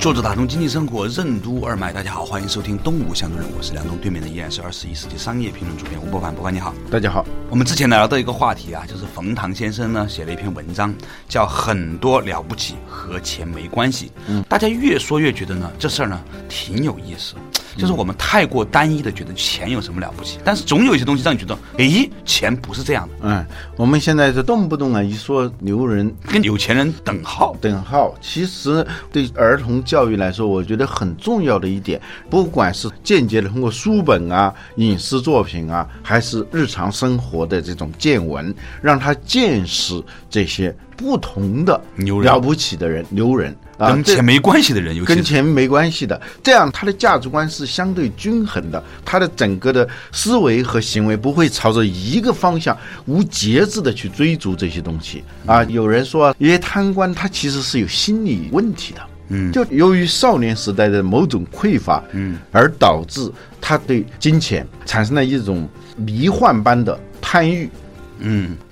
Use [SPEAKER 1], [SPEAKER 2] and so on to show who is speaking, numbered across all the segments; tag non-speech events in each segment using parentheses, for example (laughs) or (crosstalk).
[SPEAKER 1] 作者打通经济生活任督二脉，大家好，欢迎收听《东吴相对论》，我是梁东，对面的依然是二十一世纪商业评论主编吴伯凡，伯凡你好。
[SPEAKER 2] 大家好，
[SPEAKER 1] 我们之前聊到一个话题啊，就是冯唐先生呢写了一篇文章，叫《很多了不起和钱没关系》。嗯，大家越说越觉得呢，这事儿呢挺有意思，
[SPEAKER 2] 嗯
[SPEAKER 1] 就是我们太过单一的觉得钱有什么了不起，但是总有一些东西让你觉得，诶，钱不是这样的，
[SPEAKER 2] 嗯，我们现在是动不动啊一说牛人
[SPEAKER 1] 跟有钱人等号。
[SPEAKER 2] 等号，其实对儿童教育来说，我觉得很重要的一点，不管是间接的通过书本啊、影视作品啊，还是日常生活的这种见闻，让他见识这些不同的
[SPEAKER 1] 牛人
[SPEAKER 2] 了不起的人、牛人啊，
[SPEAKER 1] 跟
[SPEAKER 2] 这
[SPEAKER 1] 钱没关系的人，尤其
[SPEAKER 2] 跟
[SPEAKER 1] 是
[SPEAKER 2] 钱没关系的，这样他的价值观是相对均衡的，他的整个的思维和行为不会朝着一个方向无节制的去追逐这些东西啊。有人说啊，有些贪官他其实是有心理问题的，嗯，就由于少年时代的某种匮乏，嗯，而导致他对金钱产生了一种迷幻般的贪欲，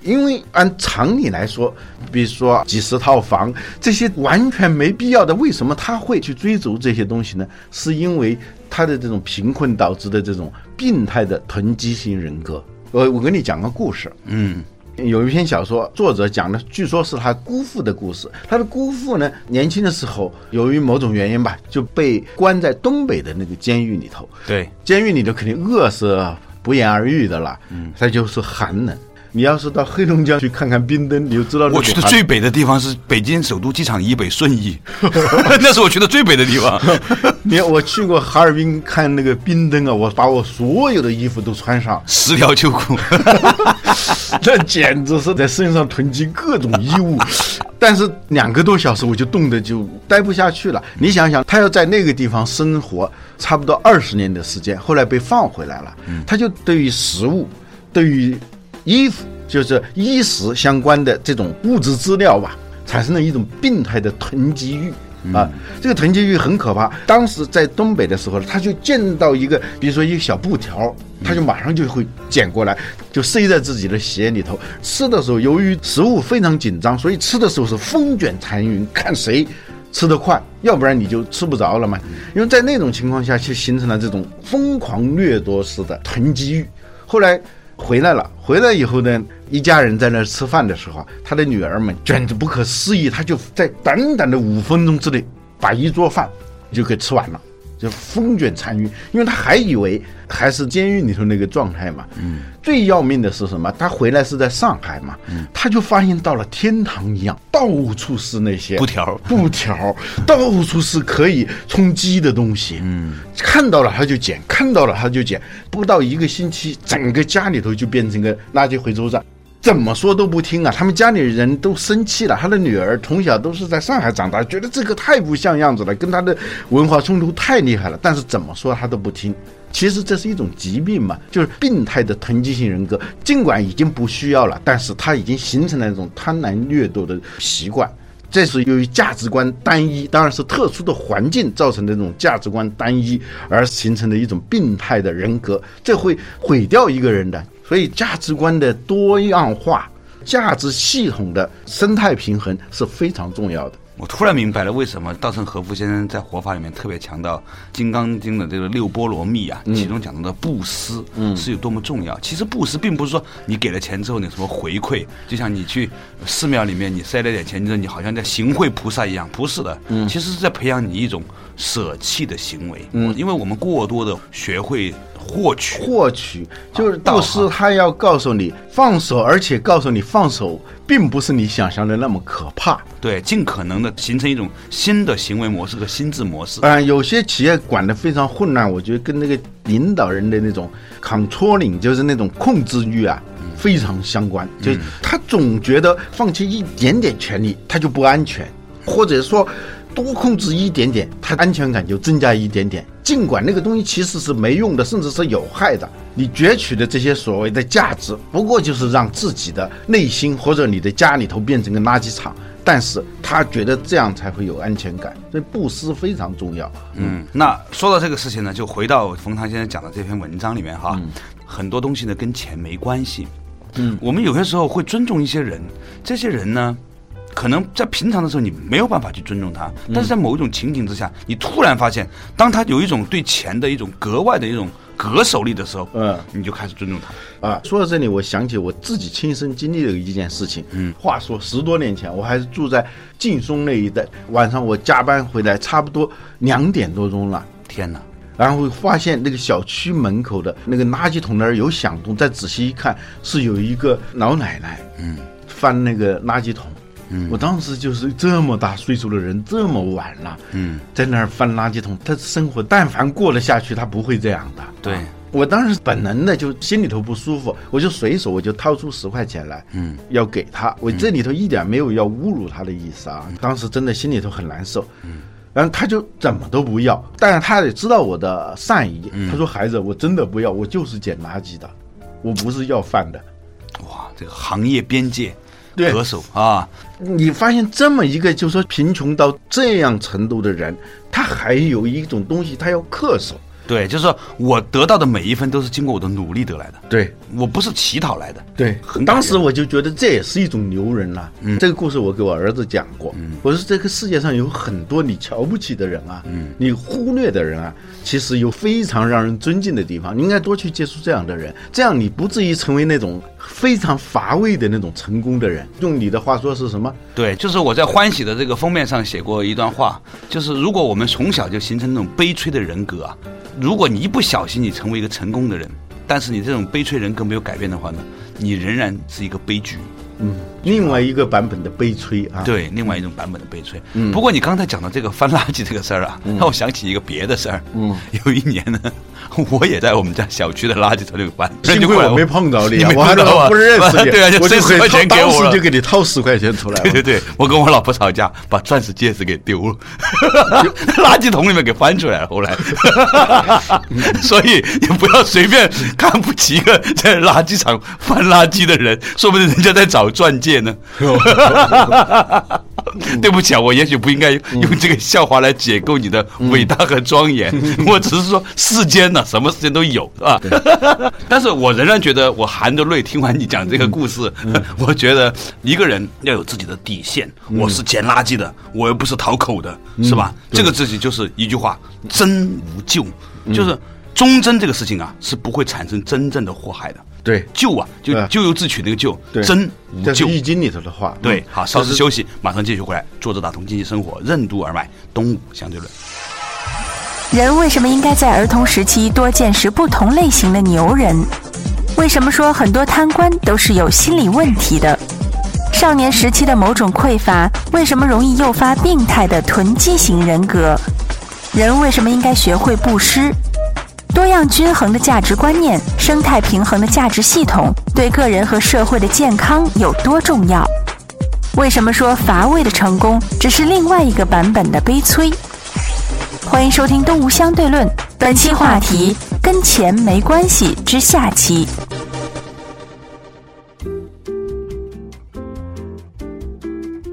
[SPEAKER 2] 因为按常理来说，比如说几十套房这些完全没必要的，为什么他会去追逐这些东西呢？是因为他的这种贫困导致的这种病态的囤积型人格。呃我我跟你讲个故事，
[SPEAKER 1] 嗯
[SPEAKER 2] 有一篇小说，作者讲的据说是他姑父的故事。他的姑父呢，年轻的时候由于某种原因吧，就被关在东北的那个监狱里头。
[SPEAKER 1] 对，
[SPEAKER 2] 监狱里头肯定饿是不言而喻的了，嗯，再就是寒冷。你要是到黑龙江去看看冰灯，你就知道那
[SPEAKER 1] 我
[SPEAKER 2] 种
[SPEAKER 1] 去的
[SPEAKER 2] 寒
[SPEAKER 1] 最北的地方是北京首都机场以北顺 (laughs) 义，那是我去的最北的地方。，
[SPEAKER 2] 你看我去过哈尔滨看那个冰灯啊，我把我所有的衣服都穿上
[SPEAKER 1] 十条秋裤， (laughs)
[SPEAKER 2] (laughs) 那简直是在身上囤积各种衣物。但是两个多小时我就冻得就待不下去了。你想想，他要在那个地方生活差不多二十年的时间，后来被放回来了，他就对于食物，对于衣服，就是衣食相关的这种物质资料吧，产生了一种病态的囤积欲。啊，这个囤积欲很可怕。当时在东北的时候，他就见到一个，比如说一个小布条，他就马上就会捡过来，就塞在自己的鞋里头。吃的时候，由于食物非常紧张，所以吃的时候是风卷残云，看谁吃得快，要不然你就吃不着了嘛。因为在那种情况下，就形成了这种疯狂掠夺式的囤积欲。后来回来了，回来以后呢，一家人在那儿吃饭的时候啊，他的女儿们简直不可思议，他就在短短的五分钟之内把一桌饭就给吃完了。就风卷残云，因为他还以为还是监狱里头那个状态嘛。嗯，最要命的是什么？他回来是在上海嘛，
[SPEAKER 1] 嗯
[SPEAKER 2] 他就发现到了天堂一样，到处是那些
[SPEAKER 1] 布条
[SPEAKER 2] 布条，到处是可以充饥的东西。嗯，看到了他就捡，看到了他就捡。不到一个星期，整个家里头就变成个垃圾回收站。怎么说都不听啊！他们家里人都生气了。他的女儿从小都是在上海长大，觉得这个太不像样子了，跟他的文化冲突太厉害了。但是怎么说他都不听。其实这是一种疾病嘛，就是病态的囤积性人格。尽管已经不需要了，但是他已经形成了一种贪婪掠夺的习惯。这是由于价值观单一，当然是特殊的环境造成的这种价值观单一而形成的一种病态的人格，这会毁掉一个人的。所以价值观的多样化、价值系统的生态平衡是非常重要的。
[SPEAKER 1] 我突然明白了为什么稻盛和夫先生在《活法》里面特别强调《金刚经》的这个六波罗蜜啊，其中讲到的布施是有多么重要。其实布施并不是说你给了钱之后你有什么回馈，就像你去寺庙里面你塞了点钱，你说你好像在行贿菩萨一样，不是的，其实是在培养你一种舍弃的行为。嗯，因为我们过多的学会获取，
[SPEAKER 2] 获取就是
[SPEAKER 1] 道
[SPEAKER 2] 布施，他要告诉你放手，而且告诉你放手并不是你想象的那么可怕。
[SPEAKER 1] 对，尽可能的形成一种新的行为模式和心智模式。
[SPEAKER 2] 嗯，有些企业管得非常混乱，我觉得跟那个领导人的那种 controlling，就是那种控制欲啊，非常相关。就是他总觉得放弃一点点权利，他就不安全，或者说多控制一点点，他安全感就增加一点点。尽管那个东西其实是没用的，甚至是有害的，你攫取的这些所谓的价值，不过就是让自己的内心或者你的家里头变成个垃圾场。但是他觉得这样才会有安全感，所以布施非常重要。
[SPEAKER 1] 嗯，那说到这个事情呢，就回到冯唐先生讲的这篇文章里面哈，很多东西呢跟钱没关系。嗯，我们有些时候会尊重一些人，这些人呢，可能在平常的时候你没有办法去尊重他，但是在某一种情景之下，你突然发现，当他有一种对钱的一种格外的一种隔手力的时候，
[SPEAKER 2] 嗯
[SPEAKER 1] 你就开始尊重他。
[SPEAKER 2] 啊，说到这里，我想起我自己亲身经历的一件事情。嗯，话说十多年前，我还是住在劲松那一带，晚上我加班回来，差不多两点多钟了。
[SPEAKER 1] 天哪，
[SPEAKER 2] 然后发现那个小区门口的那个垃圾桶那儿有响动，再仔细一看，是有一个老奶奶，嗯，翻那个垃圾桶。嗯，我当时就是这么大岁数的人，这么晚了，嗯，在那儿翻垃圾桶，他生活但凡过得下去，他不会这样的。
[SPEAKER 1] 对
[SPEAKER 2] 我当时本能的就心里头不舒服，我就随手我就掏出十块钱来，嗯，要给他，我这里头一点没有要侮辱他的意思啊，当时真的心里头很难受，嗯，然后他就怎么都不要，但是他也知道我的善意，他说孩子，我真的不要，我就是捡垃圾的，我不是要饭的，
[SPEAKER 1] 哇，这个行业边界
[SPEAKER 2] 对
[SPEAKER 1] 隔手啊，
[SPEAKER 2] 你发现这么一个，就说贫穷到这样程度的人，他还有一种东西，他要恪守，
[SPEAKER 1] 对，就是说我得到的每一分都是经过我的努力得来的，
[SPEAKER 2] 对，
[SPEAKER 1] 我不是乞讨来的。
[SPEAKER 2] 对
[SPEAKER 1] 很，感
[SPEAKER 2] 当
[SPEAKER 1] 人
[SPEAKER 2] 时我就觉得这也是一种牛人啦、嗯，这个故事我给我儿子讲过，
[SPEAKER 1] 嗯
[SPEAKER 2] 我说这个世界上有很多你瞧不起的人啊，
[SPEAKER 1] 嗯
[SPEAKER 2] 你忽略的人啊，其实有非常让人尊敬的地方，你应该多去接触这样的人，这样你不至于成为那种非常乏味的那种成功的人。用你的话说是什么？
[SPEAKER 1] 对，就是我在《欢喜》的这个封面上写过一段话，就是如果我们从小就形成那种悲催的人格啊，如果你一不小心你成为一个成功的人，但是你这种悲催人格没有改变的话呢，你仍然是一个悲剧。
[SPEAKER 2] 嗯，另外一个版本的悲催啊，，嗯
[SPEAKER 1] 对，另外一种版本的悲催。不过你刚才讲到这个翻垃圾这个事儿啊，让我想起一个别的事儿。嗯，有一年呢， (laughs) 我也在我们家小区的垃圾桶里翻，
[SPEAKER 2] 幸
[SPEAKER 1] 就
[SPEAKER 2] 亏
[SPEAKER 1] 过来
[SPEAKER 2] 我没碰着
[SPEAKER 1] 你
[SPEAKER 2] 啊，
[SPEAKER 1] 没
[SPEAKER 2] 我还
[SPEAKER 1] 碰到啊
[SPEAKER 2] 不认识你，
[SPEAKER 1] (laughs) 对啊，就
[SPEAKER 2] 我
[SPEAKER 1] 这
[SPEAKER 2] 就
[SPEAKER 1] 十
[SPEAKER 2] 给
[SPEAKER 1] 块钱给
[SPEAKER 2] 当
[SPEAKER 1] 我
[SPEAKER 2] 时
[SPEAKER 1] 了
[SPEAKER 2] 就。给你掏十块钱出来了，
[SPEAKER 1] (laughs) 对对对，我跟我老婆吵架，把钻石戒指给丢了， (laughs) 垃圾桶里面给翻出来了。后来， (laughs) 所以你不要随便看不起一个在垃圾场翻垃圾的人，说不定人家在找钻戒呢。 (laughs) 对不起啊，我也许不应该用这个笑话来解构你的伟大和庄严，
[SPEAKER 2] 嗯
[SPEAKER 1] 我只是说世间呢、什么事情都有，是吧？ (laughs) 但是我仍然觉得，我含着泪听完你讲这个故事，
[SPEAKER 2] 嗯
[SPEAKER 1] (laughs) 我觉得一个人要有自己的底线。我是捡垃圾的，我又不是讨口的，
[SPEAKER 2] 嗯
[SPEAKER 1] 是吧？这个自己就是一句话：真无咎，
[SPEAKER 2] 嗯
[SPEAKER 1] 就是。忠贞这个事情啊，是不会产生真正的祸害的。
[SPEAKER 2] 对
[SPEAKER 1] 咎啊，就
[SPEAKER 2] 对
[SPEAKER 1] 咎由自取那个咎，
[SPEAKER 2] 对
[SPEAKER 1] 真无
[SPEAKER 2] 这是
[SPEAKER 1] 咎
[SPEAKER 2] 《易。经》里头的话，
[SPEAKER 1] 嗯
[SPEAKER 2] 嗯
[SPEAKER 1] 对，好，稍
[SPEAKER 2] 这
[SPEAKER 1] 事
[SPEAKER 2] 是
[SPEAKER 1] 休息，马上继续回来。作者打通经济生活，任督二脉，东吴相对论。
[SPEAKER 3] 人为什么应该在儿童时期多见识不同类型的牛人？为什么说很多贪官都是有心理问题的？少年时期的某种匮乏，为什么容易诱发病态的囤积型人格？人为什么应该学会布施？多样均衡的价值观念、生态平衡的价值系统，对个人和社会的健康有多重要？为什么说乏味的成功只是另外一个版本的悲催？欢迎收听《东吴相对论》，本期话题“跟钱没关系”之下期。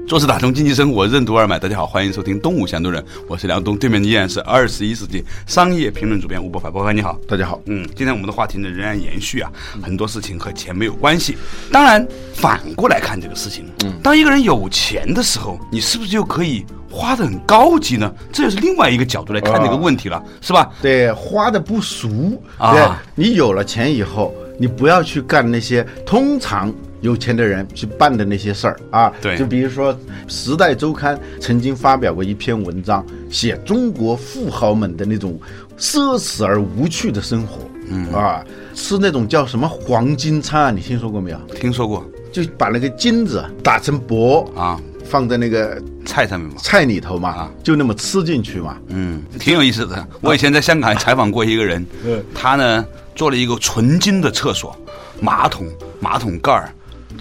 [SPEAKER 1] 做事打通经济生活，任督二脉。大家好，欢迎收听《东吴相对论》，我是梁东，对面依然是二十一世纪商业评论主编吴伯凡。伯凡你好，
[SPEAKER 2] 大家好。
[SPEAKER 1] 嗯，今天我们的话题呢仍然延续啊，很多事情和钱没有关系。当然，反过来看这个事情，嗯，当一个人有钱的时候，你是不是就可以花的很高级呢？这就是另外一个角度来看这个问题了，是吧？
[SPEAKER 2] 对，花的不俗
[SPEAKER 1] 啊
[SPEAKER 2] 对，你有了钱以后，你不要去干那些通常有钱的人去办的那些事儿啊。
[SPEAKER 1] 对
[SPEAKER 2] 就比如说，《时代周刊》曾经发表过一篇文章，写中国富豪们的那种奢侈而无趣的生活。嗯啊，吃那种叫什么黄金餐啊？你听说过没有？
[SPEAKER 1] 听说过
[SPEAKER 2] 就把那个金子打成薄，
[SPEAKER 1] 啊，
[SPEAKER 2] 放在那个
[SPEAKER 1] 菜上面吗？
[SPEAKER 2] 菜里头嘛，
[SPEAKER 1] 啊
[SPEAKER 2] 就那么吃进去嘛。
[SPEAKER 1] 嗯，挺有意思的。我以前在香港还采访过一个人，
[SPEAKER 2] 嗯
[SPEAKER 1] 他呢做了一个纯金的厕所，马桶、马桶盖儿，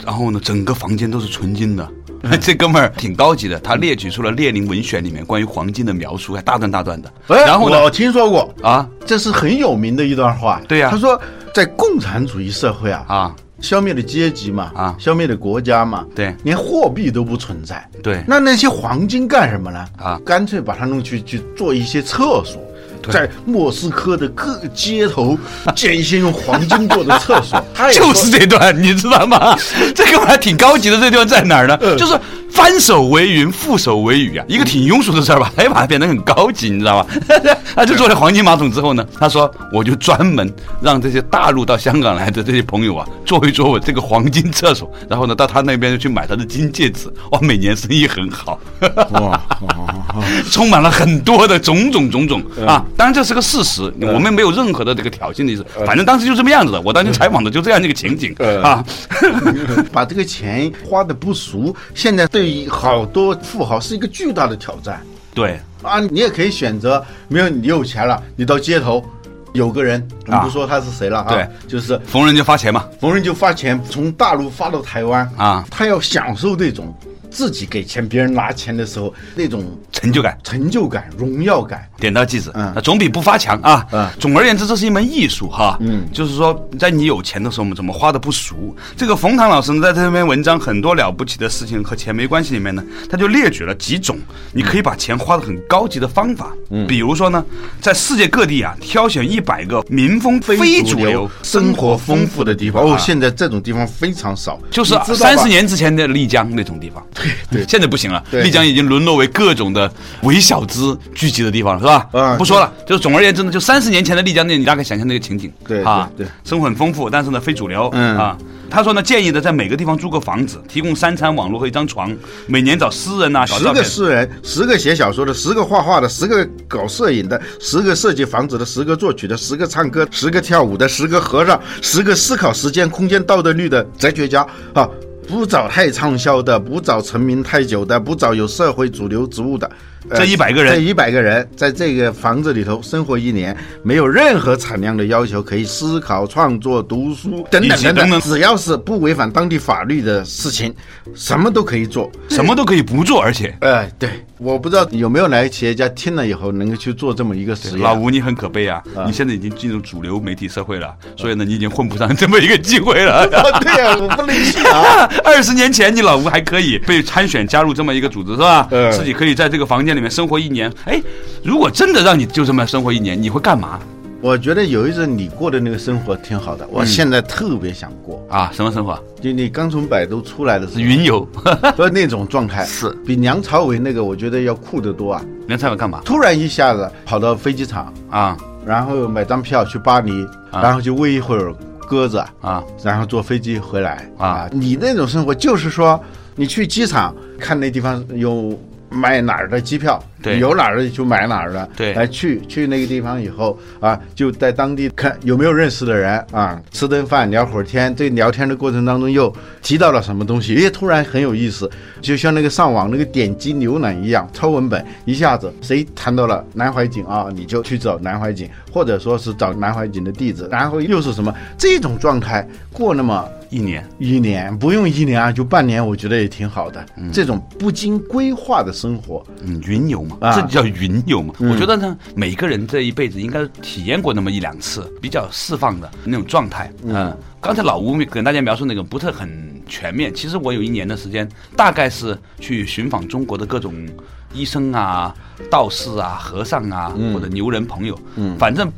[SPEAKER 1] 然后呢整个房间都是纯金的，
[SPEAKER 2] 嗯
[SPEAKER 1] (laughs) 这哥们儿挺高级的，他列举出了列宁文选里面关于黄金的描述，还大段大段的。
[SPEAKER 2] 哎，
[SPEAKER 1] 然后呢？
[SPEAKER 2] 我听说过，
[SPEAKER 1] 啊，
[SPEAKER 2] 这是很有名的一段话。
[SPEAKER 1] 对呀
[SPEAKER 2] 他说在共产主义社会啊，
[SPEAKER 1] 啊，
[SPEAKER 2] 消灭的阶级嘛，
[SPEAKER 1] 啊
[SPEAKER 2] 消灭的国家嘛，
[SPEAKER 1] 对
[SPEAKER 2] 连货币都不存在。
[SPEAKER 1] 对
[SPEAKER 2] 那那些黄金干什么呢？
[SPEAKER 1] 啊
[SPEAKER 2] 干脆把它弄去去做一些厕所。
[SPEAKER 1] 对
[SPEAKER 2] 在莫斯科的各街头 (laughs) 建一些用黄金做的厕
[SPEAKER 1] (laughs)
[SPEAKER 2] 所，他也说
[SPEAKER 1] 就是这段，你知道吗？这个还挺高级的，这地方在哪儿呢？就是翻手为云，覆手为雨啊，一个挺庸俗的事儿吧， (laughs) 他又把它变得很高级，你知道吧？ (laughs) 他就做了黄金马桶之后呢，他说我就专门让这些大陆到香港来的这些朋友啊，做一做我这个黄金厕所，然后呢，到他那边去买他的金戒指，哇，每年生意很好。 (laughs)
[SPEAKER 2] 哇，
[SPEAKER 1] 充满了很多的种种种种啊！当然这是个事实，我们没有任何的这个挑衅的意思。反正当时就这么样子的，我当时采访的就这样一个情景啊。
[SPEAKER 2] (laughs) 把这个钱花的不俗，现在对于好多富豪是一个巨大的挑战。
[SPEAKER 1] 对，
[SPEAKER 2] 啊，你也可以选择，没有你有钱了，你到街头，有个人，我们不说他是谁了啊，
[SPEAKER 1] 对
[SPEAKER 2] 就是
[SPEAKER 1] 逢人就发钱嘛。
[SPEAKER 2] 逢人就发钱，从大陆发到台湾
[SPEAKER 1] 啊
[SPEAKER 2] 他要享受这种自己给钱、别人拿钱的时候那种
[SPEAKER 1] 成就感，
[SPEAKER 2] 成就感、荣耀感。
[SPEAKER 1] 点到即止，
[SPEAKER 2] 嗯
[SPEAKER 1] 那总比不发强啊。
[SPEAKER 2] 嗯
[SPEAKER 1] 总而言之，这是一门艺术哈。
[SPEAKER 2] 嗯
[SPEAKER 1] 就是说，在你有钱的时候，我们怎么花的不俗？这个冯唐老师呢，在这篇文章《很多了不起的事情和钱没关系》里面呢，他就列举了几种你可以把钱花的很高级的方法。嗯，比如说呢，在世界各地啊，挑选一百个民风非主流、
[SPEAKER 2] 生活丰富的地方
[SPEAKER 1] 啊
[SPEAKER 2] 哦，现在这种地方非常少，
[SPEAKER 1] 就是
[SPEAKER 2] 你知道吧
[SPEAKER 1] 三十。年之前的丽江那种地方，对
[SPEAKER 2] (laughs) 对
[SPEAKER 1] 现在不行了，
[SPEAKER 2] 对
[SPEAKER 1] 丽江已经沦落为各种的伪小资聚集的地方了，是吧？
[SPEAKER 2] 嗯
[SPEAKER 1] 不说了，就是总而言之呢，就三十年前的丽江那，你大概想象那个情景，
[SPEAKER 2] 对
[SPEAKER 1] 啊，
[SPEAKER 2] 对对，
[SPEAKER 1] 生活很丰富，但是呢非主流，
[SPEAKER 2] 嗯
[SPEAKER 1] 啊。他说呢，建议呢，在每个地方租个房子，提供三餐、网络和一张床，每年找诗人呐、搞
[SPEAKER 2] 十
[SPEAKER 1] 照
[SPEAKER 2] 个
[SPEAKER 1] 片，
[SPEAKER 2] 诗人，十个写小说的，十个画画的，十个搞摄影的，十个设计房子的，十个作曲的，十个唱歌，十个跳舞的，十个和尚，十个思考时间、空间、道德律的哲学家啊！不找太畅销的，不找成名太久的，不找有社会主流职务的。呃
[SPEAKER 1] 这100个人
[SPEAKER 2] 这一百个人在这个房子里头生活一年，没有任何产量的要求，可以思考、创作、读书等
[SPEAKER 1] 以
[SPEAKER 2] 等
[SPEAKER 1] 及
[SPEAKER 2] 等
[SPEAKER 1] 等
[SPEAKER 2] 等，
[SPEAKER 1] 等
[SPEAKER 2] 只要是不违反当地法律的事情，什么都可以做。
[SPEAKER 1] 什么都可以不做，而且
[SPEAKER 2] 哎，对，我不知道有没有哪个企业家听了以后能够去做这么一个实
[SPEAKER 1] 老
[SPEAKER 2] (laughs) 验。
[SPEAKER 1] 吴，你很可悲啊！你现在已经进入主流媒体社会了，所以呢，你已经混不上这么一个机会
[SPEAKER 2] (laughs)
[SPEAKER 1] 了。
[SPEAKER 2] 啊对呀、我不能信啊！
[SPEAKER 1] (laughs) 二十年前，你老吴还可以被参选加入这么一个组织，是吧？
[SPEAKER 2] 嗯
[SPEAKER 1] 自己可以在这个房间里面生活一年。哎，如果真的让你就这么生活一年，你会干嘛
[SPEAKER 2] 我觉得有一阵你过的那个生活挺好的，我现在特别想过。
[SPEAKER 1] 啊？什么生活？
[SPEAKER 2] 就你刚从百度出来的时候，
[SPEAKER 1] 云游？ (laughs)
[SPEAKER 2] 和那种状态
[SPEAKER 1] 是
[SPEAKER 2] 比梁朝伟那个我觉得要酷得多啊！
[SPEAKER 1] 梁朝伟干嘛
[SPEAKER 2] 突然一下子跑到飞机场，
[SPEAKER 1] 啊？
[SPEAKER 2] 然后买张票去巴黎，
[SPEAKER 1] 啊
[SPEAKER 2] 然后就喂一会儿鸽子
[SPEAKER 1] 啊，
[SPEAKER 2] 然后坐飞机回来
[SPEAKER 1] 啊
[SPEAKER 2] 你那种生活就是说，你去机场看那地方有卖哪儿的机票，
[SPEAKER 1] 对
[SPEAKER 2] 有哪儿的就买哪儿的，
[SPEAKER 1] 对
[SPEAKER 2] 来去去那个地方以后啊，就在当地看有没有认识的人啊，吃顿饭聊会儿天，这聊天的过程当中又提到了什么东西，诶，突然很有意思，就像那个上网那个点击浏览一样，超文本一下子谁谈到了南怀瑾啊，你就去找南怀瑾，或者说是找南怀瑾的地址，然后又是什么这种状态过那么。
[SPEAKER 1] 一年？
[SPEAKER 2] 一年不用一年啊，就半年，我觉得也挺好的。这种不经规划的生活，
[SPEAKER 1] 嗯，云游嘛，
[SPEAKER 2] 啊
[SPEAKER 1] 这就叫云游嘛。我觉得呢，每个人这一辈子应该体验过那么一两次比较释放的那种状态。嗯，刚才老吴给大家描述那个不是很全面。其实我有一年的时间，大概是去寻访中国的各种医生啊、道士啊、和尚啊，或者牛人朋友。嗯，反正。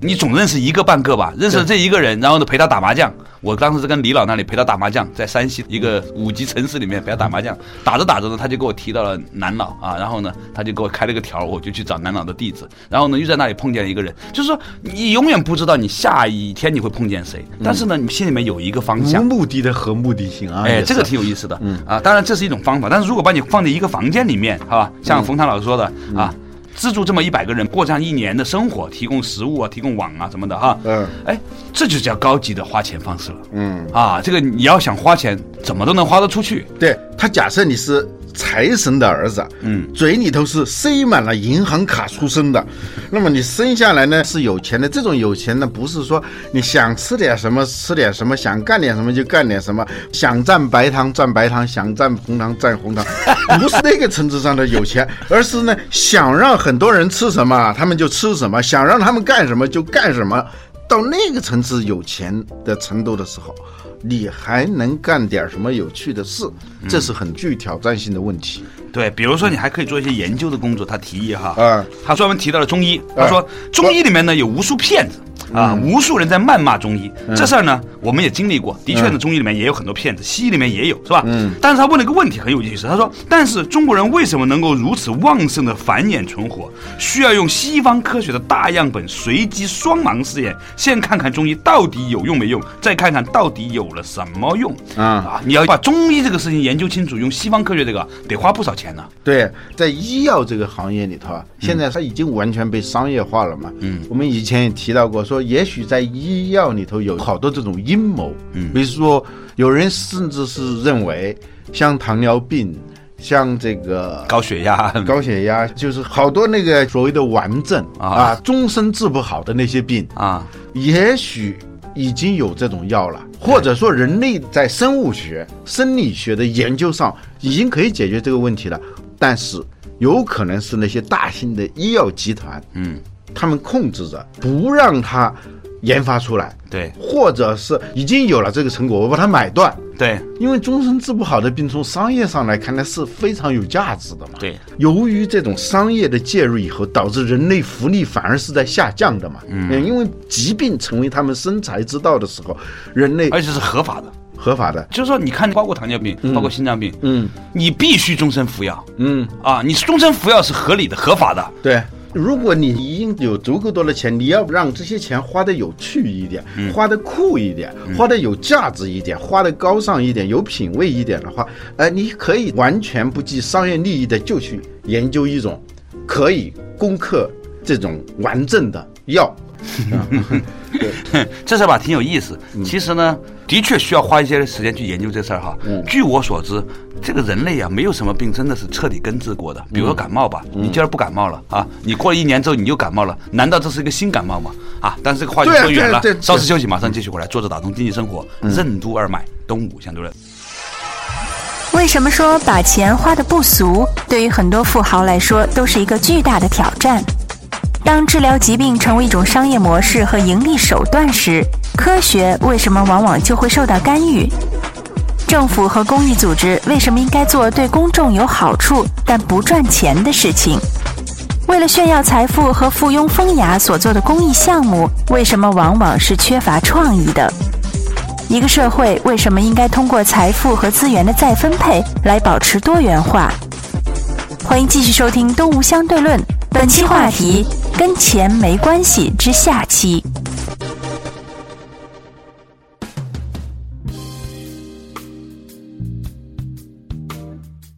[SPEAKER 1] 你总认识一个半个吧，认识这一个人，然后呢陪他打麻将。我当时是跟李老那里陪他打麻将，在山西一个五级城市里面陪他打麻将，打着打着呢，他就给我提到了南老啊，然后呢他就给我开了个条，我就去找南老的地址，然后呢又在那里碰见了一个人，就是说你永远不知道你下一天你会碰见谁，但是呢你心里面有一个方
[SPEAKER 2] 无
[SPEAKER 1] 向。
[SPEAKER 2] 目的的和目的性啊，也
[SPEAKER 1] 哎，
[SPEAKER 2] 是嗯
[SPEAKER 1] 这个挺有意思的，啊，当然这是一种方法，但是如果把你放在一个房间里面，好吧，
[SPEAKER 2] 嗯
[SPEAKER 1] 像冯唐老师说的啊，资助这么一百个人过上一年的生活，提供食物啊，提供网啊什么的哈，
[SPEAKER 2] 嗯
[SPEAKER 1] 哎，这就叫高级的花钱方式了。
[SPEAKER 2] 嗯，
[SPEAKER 1] 啊，这个你要想花钱，怎么都能花得出去。
[SPEAKER 2] 对他假设你是财神的儿子，嗯，嘴里头是塞满了银行卡出生的，那么你生下来呢是有钱的，这种有钱呢不是说你想吃点什么吃点什么，想干点什么就干点什么，想蘸白糖蘸白糖，想蘸红糖蘸红糖，
[SPEAKER 1] (laughs)
[SPEAKER 2] 不是那个层次上的有钱，而是呢想让很多人吃什么他们就吃什么，想让他们干什么就干什么。到那个层次有钱的程度的时候，你还能干点什么有趣的事？这是很具挑战性的问题。
[SPEAKER 1] 对，比如说你还可以做一些研究的工作，他提议哈，
[SPEAKER 2] 嗯
[SPEAKER 1] 他专门提到了中医，他说中医里面呢有无数骗子。啊，无数人在谩骂中医、这事儿呢，我们也经历过。的确呢，中医里面也有很多骗子，西医里面也有，是吧？嗯。但是他问了一个问题很有意思，他说：“但是中国人为什么能够如此旺盛的繁衍存活？需要用西方科学的大样本随机双盲试验，先看看中医到底有用没用，再看看到底有了什么用。”
[SPEAKER 2] 嗯
[SPEAKER 1] 啊，你要把中医这个事情研究清楚，用西方科学这个得花不少钱呢、
[SPEAKER 2] 对，在医药这个行业里头啊，现在它已经完全被商业化了嘛。嗯，我们以前也提到过，说也许在医药里头有好多这种阴谋。嗯，比如说有人甚至是认为，像糖尿病，像这个
[SPEAKER 1] 高血压，
[SPEAKER 2] 高血压，就是好多那个所谓的顽症
[SPEAKER 1] 啊
[SPEAKER 2] 啊，终身治不好的那些病，
[SPEAKER 1] 啊，
[SPEAKER 2] 也许已经有这种药了，或者说人类在生物学、生理学的研究上已经可以解决这个问题了。但是，有可能是那些大型的医药集团，
[SPEAKER 1] 嗯，
[SPEAKER 2] 他们控制着，不让它研发出来，
[SPEAKER 1] 对
[SPEAKER 2] 或者是已经有了这个成果，我把它买断。
[SPEAKER 1] 对
[SPEAKER 2] 因为终身治不好的病，从商业上来看，那是非常有价值的嘛。
[SPEAKER 1] 对，
[SPEAKER 2] 由于这种商业的介入以后，导致人类福利反而是在下降的嘛。嗯，因为疾病成为他们生财之道的时候，人类
[SPEAKER 1] 而且是合法的。
[SPEAKER 2] 合法的，
[SPEAKER 1] 就是说，你看，包括糖尿病，包括心脏病，
[SPEAKER 2] 嗯，
[SPEAKER 1] 你必须终身服药
[SPEAKER 2] 嗯，
[SPEAKER 1] 啊！你终身服药是合理的、合法的。 (laughs)
[SPEAKER 2] 对。如果你已经有足够多的钱，你要让这些钱花的有趣一点，花的酷一点，花的有价值一点，花的高尚一点，有品位一点的话，呃，你可以完全不计商业利益的就去研究一种可以攻克这种顽症的药。
[SPEAKER 1] 这事儿吧挺有意思。
[SPEAKER 2] 嗯
[SPEAKER 1] 其实呢，的确需要花一些时间去研究这事儿哈。
[SPEAKER 2] 嗯
[SPEAKER 1] 据我所知，这个人类啊，没有什么病真的是彻底根治过的。比如说感冒吧，
[SPEAKER 2] 嗯
[SPEAKER 1] 你今儿不感冒了啊，你过了一年之后你又感冒了，难道这是一个新感冒吗？啊，但是这个话就
[SPEAKER 2] 对啊
[SPEAKER 1] 说远
[SPEAKER 2] 对
[SPEAKER 1] 了
[SPEAKER 2] 啊对啊，嗯
[SPEAKER 1] 稍事休息，马上继续回来。坐着打通经济生活，任督二脉，东吴相对论。
[SPEAKER 3] 为什么说把钱花的不俗，对于很多富豪来说都是一个巨大的挑战？当治疗疾病成为一种商业模式和盈利手段时，科学为什么往往就会受到干预？政府和公益组织为什么应该做对公众有好处但不赚钱的事情？为了炫耀财富和附庸风雅所做的公益项目，为什么往往是缺乏创意的？一个社会为什么应该通过财富和资源的再分配来保持多元化？欢迎继续收听《东吴相对论》，本期话题“跟钱没关系”之下期。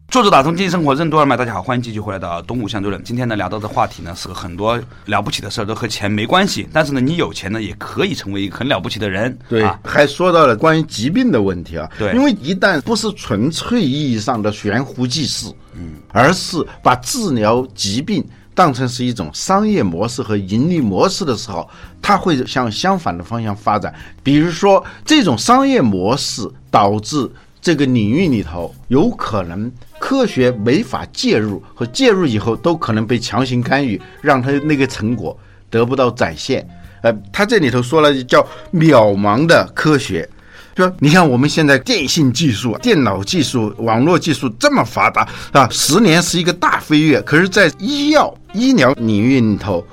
[SPEAKER 1] 作者打通经济生活任督二脉，大家好，欢迎继续回来到东吴相对论。今天呢，聊到的话题呢是个很多了不起的事儿，都和钱没关系。但是呢，你有钱呢，也可以成为一个很了不起的人。
[SPEAKER 2] 对，
[SPEAKER 1] 啊，
[SPEAKER 2] 还说到了关于疾病的问题啊。
[SPEAKER 1] 对
[SPEAKER 2] 因为一旦不是纯粹意义上的悬壶济世，嗯，而是把治疗疾病当成是一种商业模式和盈利模式的时候，它会向相反的方向发展。比如说，这种商业模式导致这个领域里头有可能科学没法介入，和介入以后都可能被强行干预，让它那个成果得不到展现。呃，他这里头说了叫渺茫的科学，说你看我们现在电信技术、电脑技术、网络技术这么发达啊，十年是一个大飞跃，可是，在医药医疗领域里头，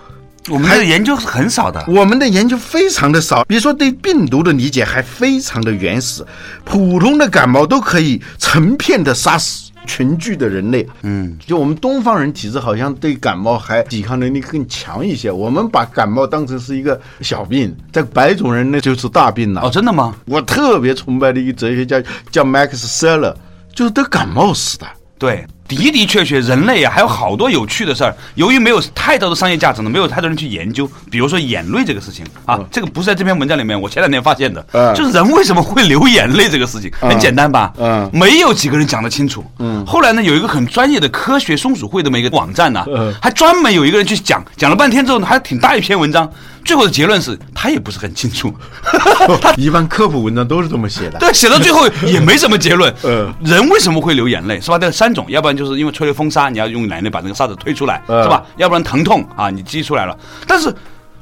[SPEAKER 1] 我们
[SPEAKER 2] 还
[SPEAKER 1] 的研究是很少的。
[SPEAKER 2] 我们的研究非常的少，比如说对病毒的理解还非常的原始，普通的感冒都可以成片的杀死群居的人类。嗯，就我们东方人体质好像对感冒还抵抗能力更强一些，我们把感冒当成是一个小病，在白种人那就是大病了。
[SPEAKER 1] 哦，真的吗？
[SPEAKER 2] 我特别崇拜的一个哲学家叫 Max Scheler，就是得感冒死的。
[SPEAKER 1] 对，的的确确，人类啊还有好多有趣的事儿，由于没有太多的商业价值呢，没有太多人去研究。比如说眼泪这个事情啊，这个不是在这篇文章里面，我前两天发现的
[SPEAKER 2] 嗯，
[SPEAKER 1] 就是人为什么会流眼泪这个事情，很简单吧？
[SPEAKER 2] 嗯
[SPEAKER 1] 没有几个人讲得清楚。嗯，后来呢，有一个很专业的科学松鼠会这么一个网站呢
[SPEAKER 2] 嗯，
[SPEAKER 1] 还专门有一个人去讲，讲了半天之后呢，还挺大一篇文章，最后的结论是他也不是很清楚。
[SPEAKER 2] 一般科普文章都是这么写的。
[SPEAKER 1] 对，写到
[SPEAKER 2] (laughs)
[SPEAKER 1] 最后也没什么结论。
[SPEAKER 2] 嗯
[SPEAKER 1] 人为什么会流眼泪？是吧？这三种，要不然就是因为吹了风沙，你要用眼泪把那个沙子推出来，
[SPEAKER 2] 嗯
[SPEAKER 1] 是吧？要不然疼痛啊，你激出来了。但是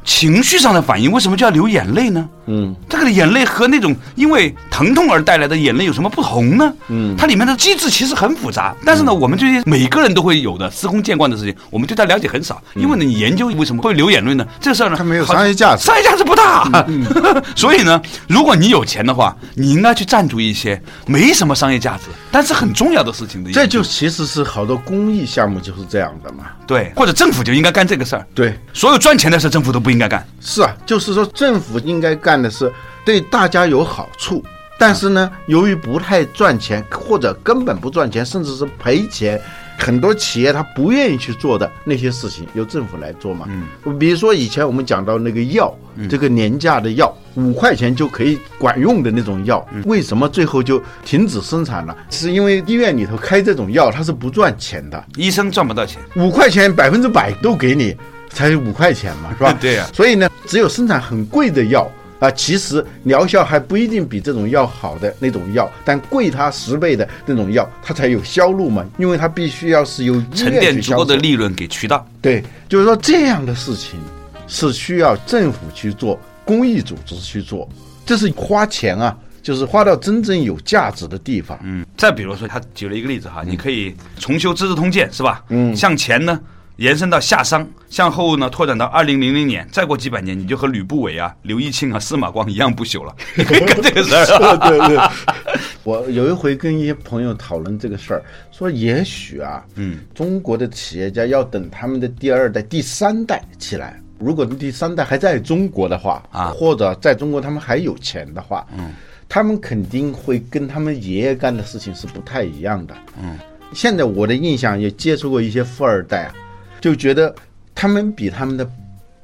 [SPEAKER 1] 情绪上的反应为什么就要流眼泪呢？嗯，这个眼泪和那种因为疼痛而带来的眼泪有什么不同呢？嗯，它里面的机制其实很复杂，但是
[SPEAKER 2] 嗯
[SPEAKER 1] 呢，我们对于每个人都会有的司空见惯的事情，我们对它了解很少，因为呢，你研究为什么会流眼泪呢？这事儿呢，
[SPEAKER 2] 它没有
[SPEAKER 1] 好像
[SPEAKER 2] 商业价值
[SPEAKER 1] 代价是不大。
[SPEAKER 2] 嗯
[SPEAKER 1] (laughs) 所以呢，如果你有钱的话，你应该去赞助一些没什么商业价值，但是很重要的事情的研究。
[SPEAKER 2] 这就其实是好多公益项目就是这样的嘛。
[SPEAKER 1] 对，或者政府就应该干这个事儿。
[SPEAKER 2] 对，
[SPEAKER 1] 所有赚钱的事，政府都不应该干。
[SPEAKER 2] 是啊，就是说政府应该干的是对大家有好处，但是呢，由于不太赚钱或者根本不赚钱，甚至是赔钱。很多企业他不愿意去做的那些事情，由政府来做嘛。嗯，比如说以前我们讲到那个药，这个廉价的药，五块钱就可以管用的那种药，为什么最后就停止生产了？是因为医院里头开这种药，它是不赚钱的。
[SPEAKER 1] 医生赚不到钱，
[SPEAKER 2] 五块钱百分之百都给你，才五块钱嘛，是吧
[SPEAKER 1] (laughs) ？对呀
[SPEAKER 2] 所以呢，只有生产很贵的药啊，其实疗效还不一定比这种药好的那种药，但贵它十倍的那种药，它才有销路嘛，因为它必须要是由医
[SPEAKER 1] 沉
[SPEAKER 2] 院
[SPEAKER 1] 淀
[SPEAKER 2] 去
[SPEAKER 1] 足
[SPEAKER 2] 销
[SPEAKER 1] 够的
[SPEAKER 2] 售。
[SPEAKER 1] 利润给渠道。
[SPEAKER 2] 对，就是说这样的事情是需要政府去做，公益组织去做，这是花钱啊，就是花到真正有价值的地方。
[SPEAKER 1] 嗯，再比如说，他举了一个例子
[SPEAKER 2] 嗯
[SPEAKER 1] 哈，你可以重修《资治通鉴》，是吧？嗯，向前呢延伸到夏商，向后呢拓展到二零零零年，再过几百年，你就和吕不韦啊、刘义庆啊、司马光一样不朽了。你可以 (laughs) 干这个事儿啊。
[SPEAKER 2] (laughs) 对对， (laughs) 我有一回跟一些朋友讨论这个事儿，说也许啊，嗯，中国的企业家要等他们的第二代、第三代起来。如果第三代还在中国的话，
[SPEAKER 1] 啊
[SPEAKER 2] 或者在中国他们还有钱的话，嗯，他们肯定会跟他们爷爷干的事情是不太一样的。嗯，现在我的印象也接触过一些富二代啊，就觉得他们比他们的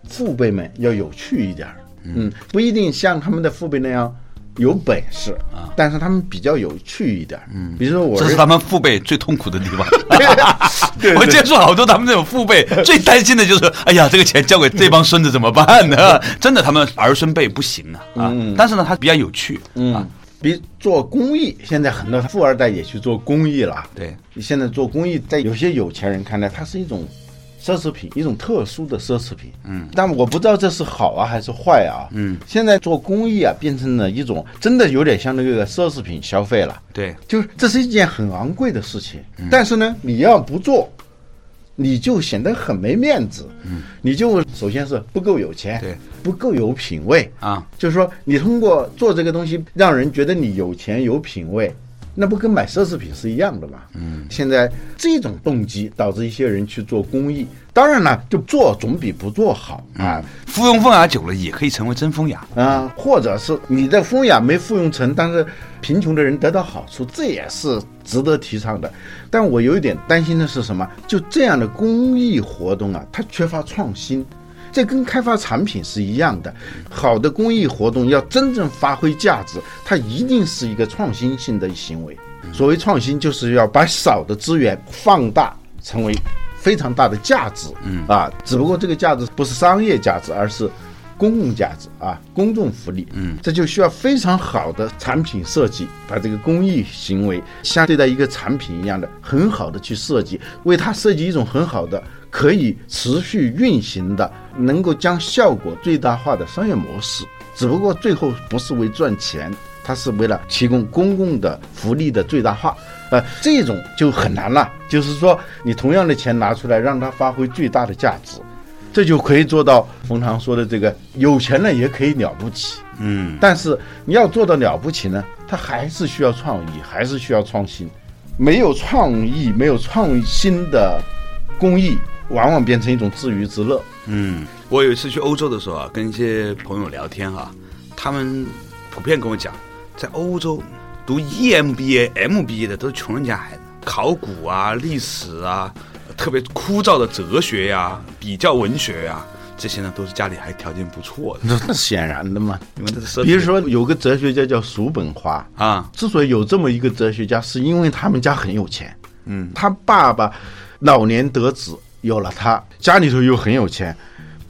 [SPEAKER 2] 父辈们要有趣一点儿，嗯，不一定像他们的父辈那样有本事啊，但是他们比较有趣一点儿，嗯，比如说我
[SPEAKER 1] 这是
[SPEAKER 2] 认
[SPEAKER 1] 他们父辈最痛苦的地
[SPEAKER 2] (laughs)
[SPEAKER 1] 方。
[SPEAKER 2] 对
[SPEAKER 1] 我接触好多他们这种父辈，最担心的就是，哎呀，这个钱交给这帮孙子怎么办呢？真的，他们儿孙辈不行啊啊！但是呢，他比较有趣，啊
[SPEAKER 2] 嗯，比做公益，现在很多富二代也去做公益了，
[SPEAKER 1] 对，
[SPEAKER 2] 现在做公益，在有些有钱人看来，它是一种奢侈品，一种特殊的奢侈品。嗯，但我不知道这是好啊还是坏啊。嗯，现在做公益啊，变成了一种真的有点像那个奢侈品消费了。
[SPEAKER 1] 对，
[SPEAKER 2] 就是这是一件很昂贵的事情，但是呢，你要不做，你就显得很没面子。嗯，你就首先是不够有钱，
[SPEAKER 1] 对，
[SPEAKER 2] 不够有品位
[SPEAKER 1] 啊。
[SPEAKER 2] 就是说，你通过做这个东西，让人觉得你有钱有品位，那不跟买奢侈品是一样的嘛？嗯，现在这种动机导致一些人去做公益，当然了，就做总比不做好啊。
[SPEAKER 1] 附庸风雅久了也可以成为真风雅。
[SPEAKER 2] 啊，或者是你的风雅没复用成，但是贫穷的人得到好处，这也是值得提倡的。但我有一点担心的是什么？就这样的公益活动啊，它缺乏创新。这跟开发产品是一样的，好的公益活动要真正发挥价值，它一定是一个创新性的行为。所谓创新，就是要把少的资源放大，成为非常大的价值。嗯啊，只不过这个价值不是商业价值，而是公共价值啊，公众福利，嗯，这就需要非常好的产品设计，把这个公益行为像对待一个产品一样的，很好的去设计，为它设计一种很好的、可以持续运行的、能够将效果最大化的商业模式。只不过最后不是为赚钱，它是为了提供公共的福利的最大化。呃，这种就很难了，就是说你同样的钱拿出来，让它发挥最大的价值。这就可以做到冯唐说的这个有钱人也可以了不起。嗯，但是你要做到了不起呢，他还是需要创意，还是需要创新。没有创意，没有创新的工艺，往往变成一种自娱自乐。
[SPEAKER 1] 嗯，我有一次去欧洲的时候啊，跟一些朋友聊天哈、啊他们 E 普遍跟我讲，在欧洲读 EMBA、MBA 的都是穷人家孩子，考古啊、历史啊、特别枯燥的哲学呀、比较文学呀、这些呢，都是家里还条件不错的，
[SPEAKER 2] 那那显然的嘛。
[SPEAKER 1] 因为这是
[SPEAKER 2] 比如说有个哲学家叫叔本华
[SPEAKER 1] 啊
[SPEAKER 2] 之所以有这么一个哲学家，是因为他们家很有钱。嗯，他爸爸老年得子，有了他，家里头又很有钱。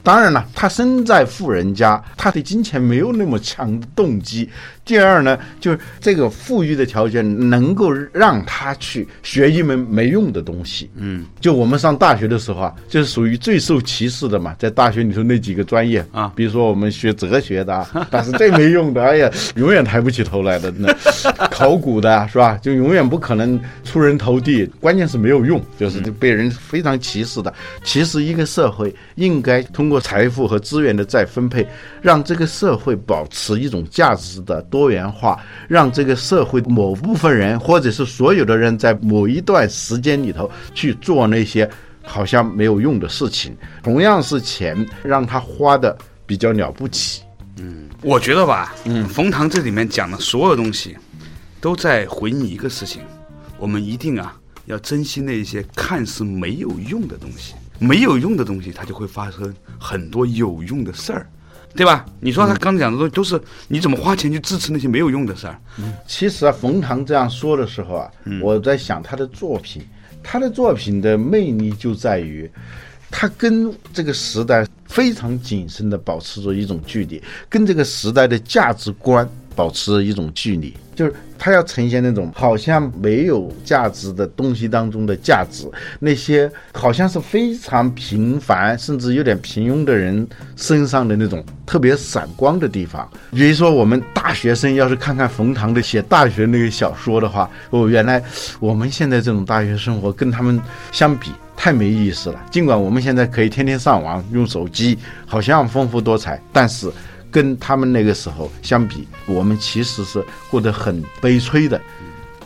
[SPEAKER 2] 当然了，他身在富人家，他对金钱没有那么强的动机。第二呢，就是这个富裕的条件能够让他去学一门没用的东西。嗯，就我们上大学的时候啊，就是属于最受歧视的嘛，在大学里头那几个专业
[SPEAKER 1] 啊
[SPEAKER 2] 比如说我们学哲学的啊，但是最没用的，哎 (laughs) 呀，永远抬不起头来的那考古的啊是吧？就永远不可能出人头地，关键是没有用，就是被人非常歧视的。其实一个社会应该通过财富和资源的再分配，让这个社会保持一种价值的多元化，让这个社会某部分人或者是所有的人在某一段时间里头去做那些好像没有用的事情。同样是钱，让他花的比较了不起。
[SPEAKER 1] 我觉得吧，嗯，冯唐这里面讲的所有东西，都在回应一个事情：我们一定啊要珍惜那些看似没有用的东西，没有用的东西它就会发生很多有用的事儿，对吧？你说他刚才讲的东西都是你怎么花钱去支持那些没有用的事儿？
[SPEAKER 2] 其实啊，冯唐这样说的时候啊，我在想他的作品，他的作品的魅力就在于，他跟这个时代非常谨慎的保持着一种距离，跟这个时代的价值观保持着一种距离，就是他要呈现那种好像没有价值的东西当中的价值，那些好像是非常平凡甚至有点平庸的人身上的那种特别闪光的地方。比如说，我们大学生要是看看冯唐的写大学那个小说的话，哦，原来我们现在这种大学生活跟他们相比。太没意思了。尽管我们现在可以天天上网，用手机，好像丰富多彩，但是跟他们那个时候相比，我们其实是过得很悲催的。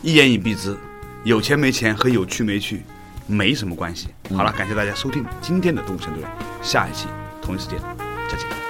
[SPEAKER 1] 一言以蔽之，有钱没钱和有趣没趣没什么关系。好了，感谢大家收听今天的《动物神队》，下一期同一时间再见。